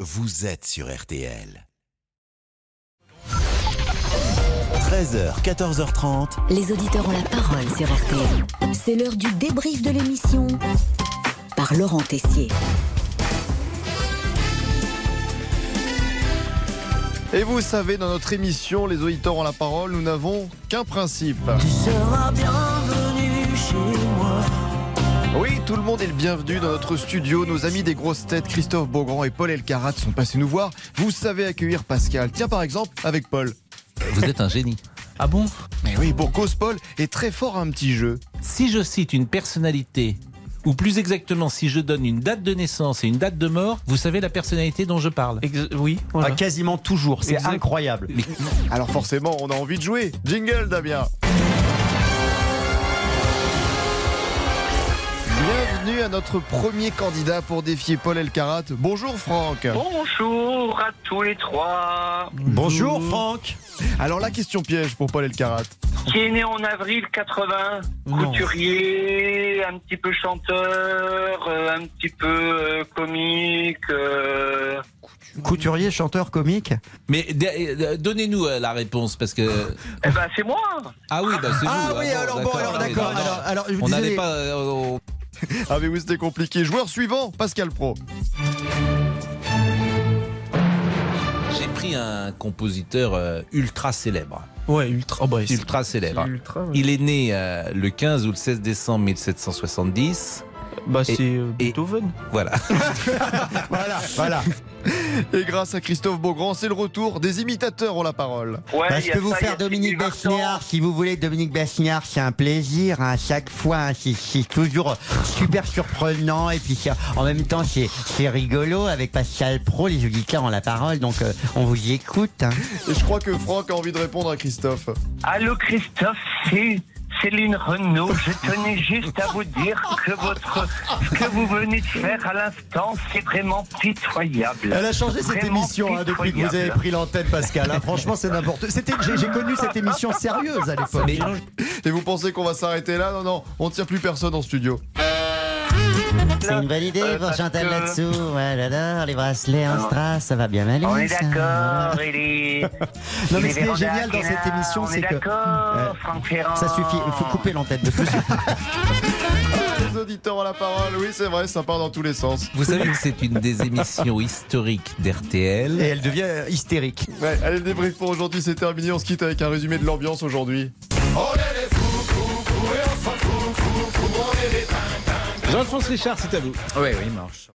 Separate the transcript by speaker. Speaker 1: vous êtes sur RTL. 13h, 14h30.
Speaker 2: Les auditeurs ont la parole sur RTL. C'est l'heure du débrief de l'émission par Laurent Tessier.
Speaker 3: Et vous savez, dans notre émission, les auditeurs ont la parole, nous n'avons qu'un principe.
Speaker 4: Tu seras bienvenu chez moi.
Speaker 3: Oui, tout le monde est le bienvenu dans notre studio. Nos amis des grosses têtes, Christophe Beaugrand et Paul Elkarat, sont passés nous voir. Vous savez accueillir Pascal. Tiens, par exemple, avec Paul.
Speaker 5: Vous êtes un génie.
Speaker 6: Ah bon
Speaker 3: Mais oui, pour cause, Paul est très fort à un petit jeu.
Speaker 6: Si je cite une personnalité, ou plus exactement, si je donne une date de naissance et une date de mort, vous savez la personnalité dont je parle.
Speaker 7: oui,
Speaker 6: voilà.
Speaker 7: Ah, quasiment toujours. C'est
Speaker 6: Exact.
Speaker 7: incroyable.
Speaker 3: Alors forcément, on a envie de jouer. Jingle, Damien. Bienvenue à notre premier candidat pour défier Paul Elkarat. Bonjour Franck.
Speaker 8: Bonjour à tous les trois.
Speaker 7: Bonjour Franck.
Speaker 3: Alors la question piège pour Paul Elkarat.
Speaker 8: Qui est né en avril 80,
Speaker 6: Non.
Speaker 8: couturier, un petit peu chanteur, euh, un petit peu euh, comique. euh,
Speaker 7: Couturier, chanteur, comique.
Speaker 6: Mais d- euh, donnez-nous euh, la réponse parce que
Speaker 8: Eh ben c'est moi.
Speaker 6: ah oui, bah, c'est
Speaker 7: Ah
Speaker 6: vous.
Speaker 7: oui,
Speaker 6: bon,
Speaker 7: alors bon, alors
Speaker 6: oui,
Speaker 7: d'accord.
Speaker 6: non, non.
Speaker 7: Alors, alors, je vous
Speaker 6: on n'allait
Speaker 7: disais-
Speaker 6: pas. euh, on-
Speaker 3: Ah mais oui, c'était compliqué. Joueur suivant, Pascal Pro.
Speaker 6: J'ai pris un compositeur euh, ultra célèbre.
Speaker 9: Ouais, ultra. Oh, bah, c'est-
Speaker 6: Ultra célèbre.
Speaker 9: ultra, ouais.
Speaker 6: Il est né euh, le 15 ou le 16 décembre 1770.
Speaker 9: Bah, c'est euh,
Speaker 6: et-
Speaker 9: Beethoven.
Speaker 6: Voilà.
Speaker 7: Voilà, voilà.
Speaker 3: Et grâce à Christophe Beaugrand, c'est le retour des imitateurs ont la parole.
Speaker 8: Ouais,
Speaker 7: Bah, je
Speaker 8: il y a
Speaker 7: peux vous
Speaker 8: ça, il y a
Speaker 7: faire Dominique
Speaker 8: Sylvie Vartan.
Speaker 7: Besniard si vous voulez. Dominique Besniard, c'est un plaisir hein, à chaque fois. hein, c'est- c'est toujours euh, super surprenant et puis c'est- en même temps c'est c'est rigolo avec Pascal Pro. Les auditeurs ont la parole, donc euh, on vous y écoute. hein.
Speaker 3: Et je crois que Franck a envie de répondre à Christophe.
Speaker 8: Allô Christophe, c'est Céline Renaud. Je tenais juste à vous dire que votre ce que vous venez de faire à l'instant, c'est vraiment pitoyable.
Speaker 7: Elle a changé cette
Speaker 8: Vraiment
Speaker 7: émission hein, depuis que vous avez
Speaker 8: pitoyable.
Speaker 7: pris l'antenne, Pascal. hein. Franchement, c'est n'importe. C'était j'ai, j'ai connu cette émission sérieuse à l'époque.
Speaker 3: Et vous pensez qu'on va s'arrêter là Non, non, on ne tire plus personne en studio.
Speaker 7: C'est une bonne idée
Speaker 8: Euh,
Speaker 7: pour
Speaker 8: parce
Speaker 7: Chantal
Speaker 8: que-
Speaker 7: là-dessous. Ouais, j'adore les bracelets en strass, ça va bien aller.
Speaker 8: On est
Speaker 7: ça.
Speaker 8: d'accord, il est.
Speaker 7: Non, mais
Speaker 8: il est
Speaker 7: ce qui est
Speaker 8: Véranda
Speaker 7: génial dans
Speaker 8: Aquina,
Speaker 7: cette émission,
Speaker 8: on
Speaker 7: c'est
Speaker 8: est
Speaker 7: que-
Speaker 8: D'accord,
Speaker 7: Ouais.
Speaker 8: Franck Ferrand.
Speaker 7: Ça suffit, il faut couper l'antenne de plus.
Speaker 3: Les auditeurs ont la parole. Oui, c'est vrai, ça part dans tous les sens.
Speaker 6: Vous savez que c'est une des émissions historiques d'RTL.
Speaker 7: elle devient euh, hystérique.
Speaker 3: Ouais, allez, le débrief pour aujourd'hui, c'est terminé. On se quitte avec un résumé de l'ambiance aujourd'hui.
Speaker 6: Jean-François Richard, c'est à vous.
Speaker 5: Oui, oui, marche.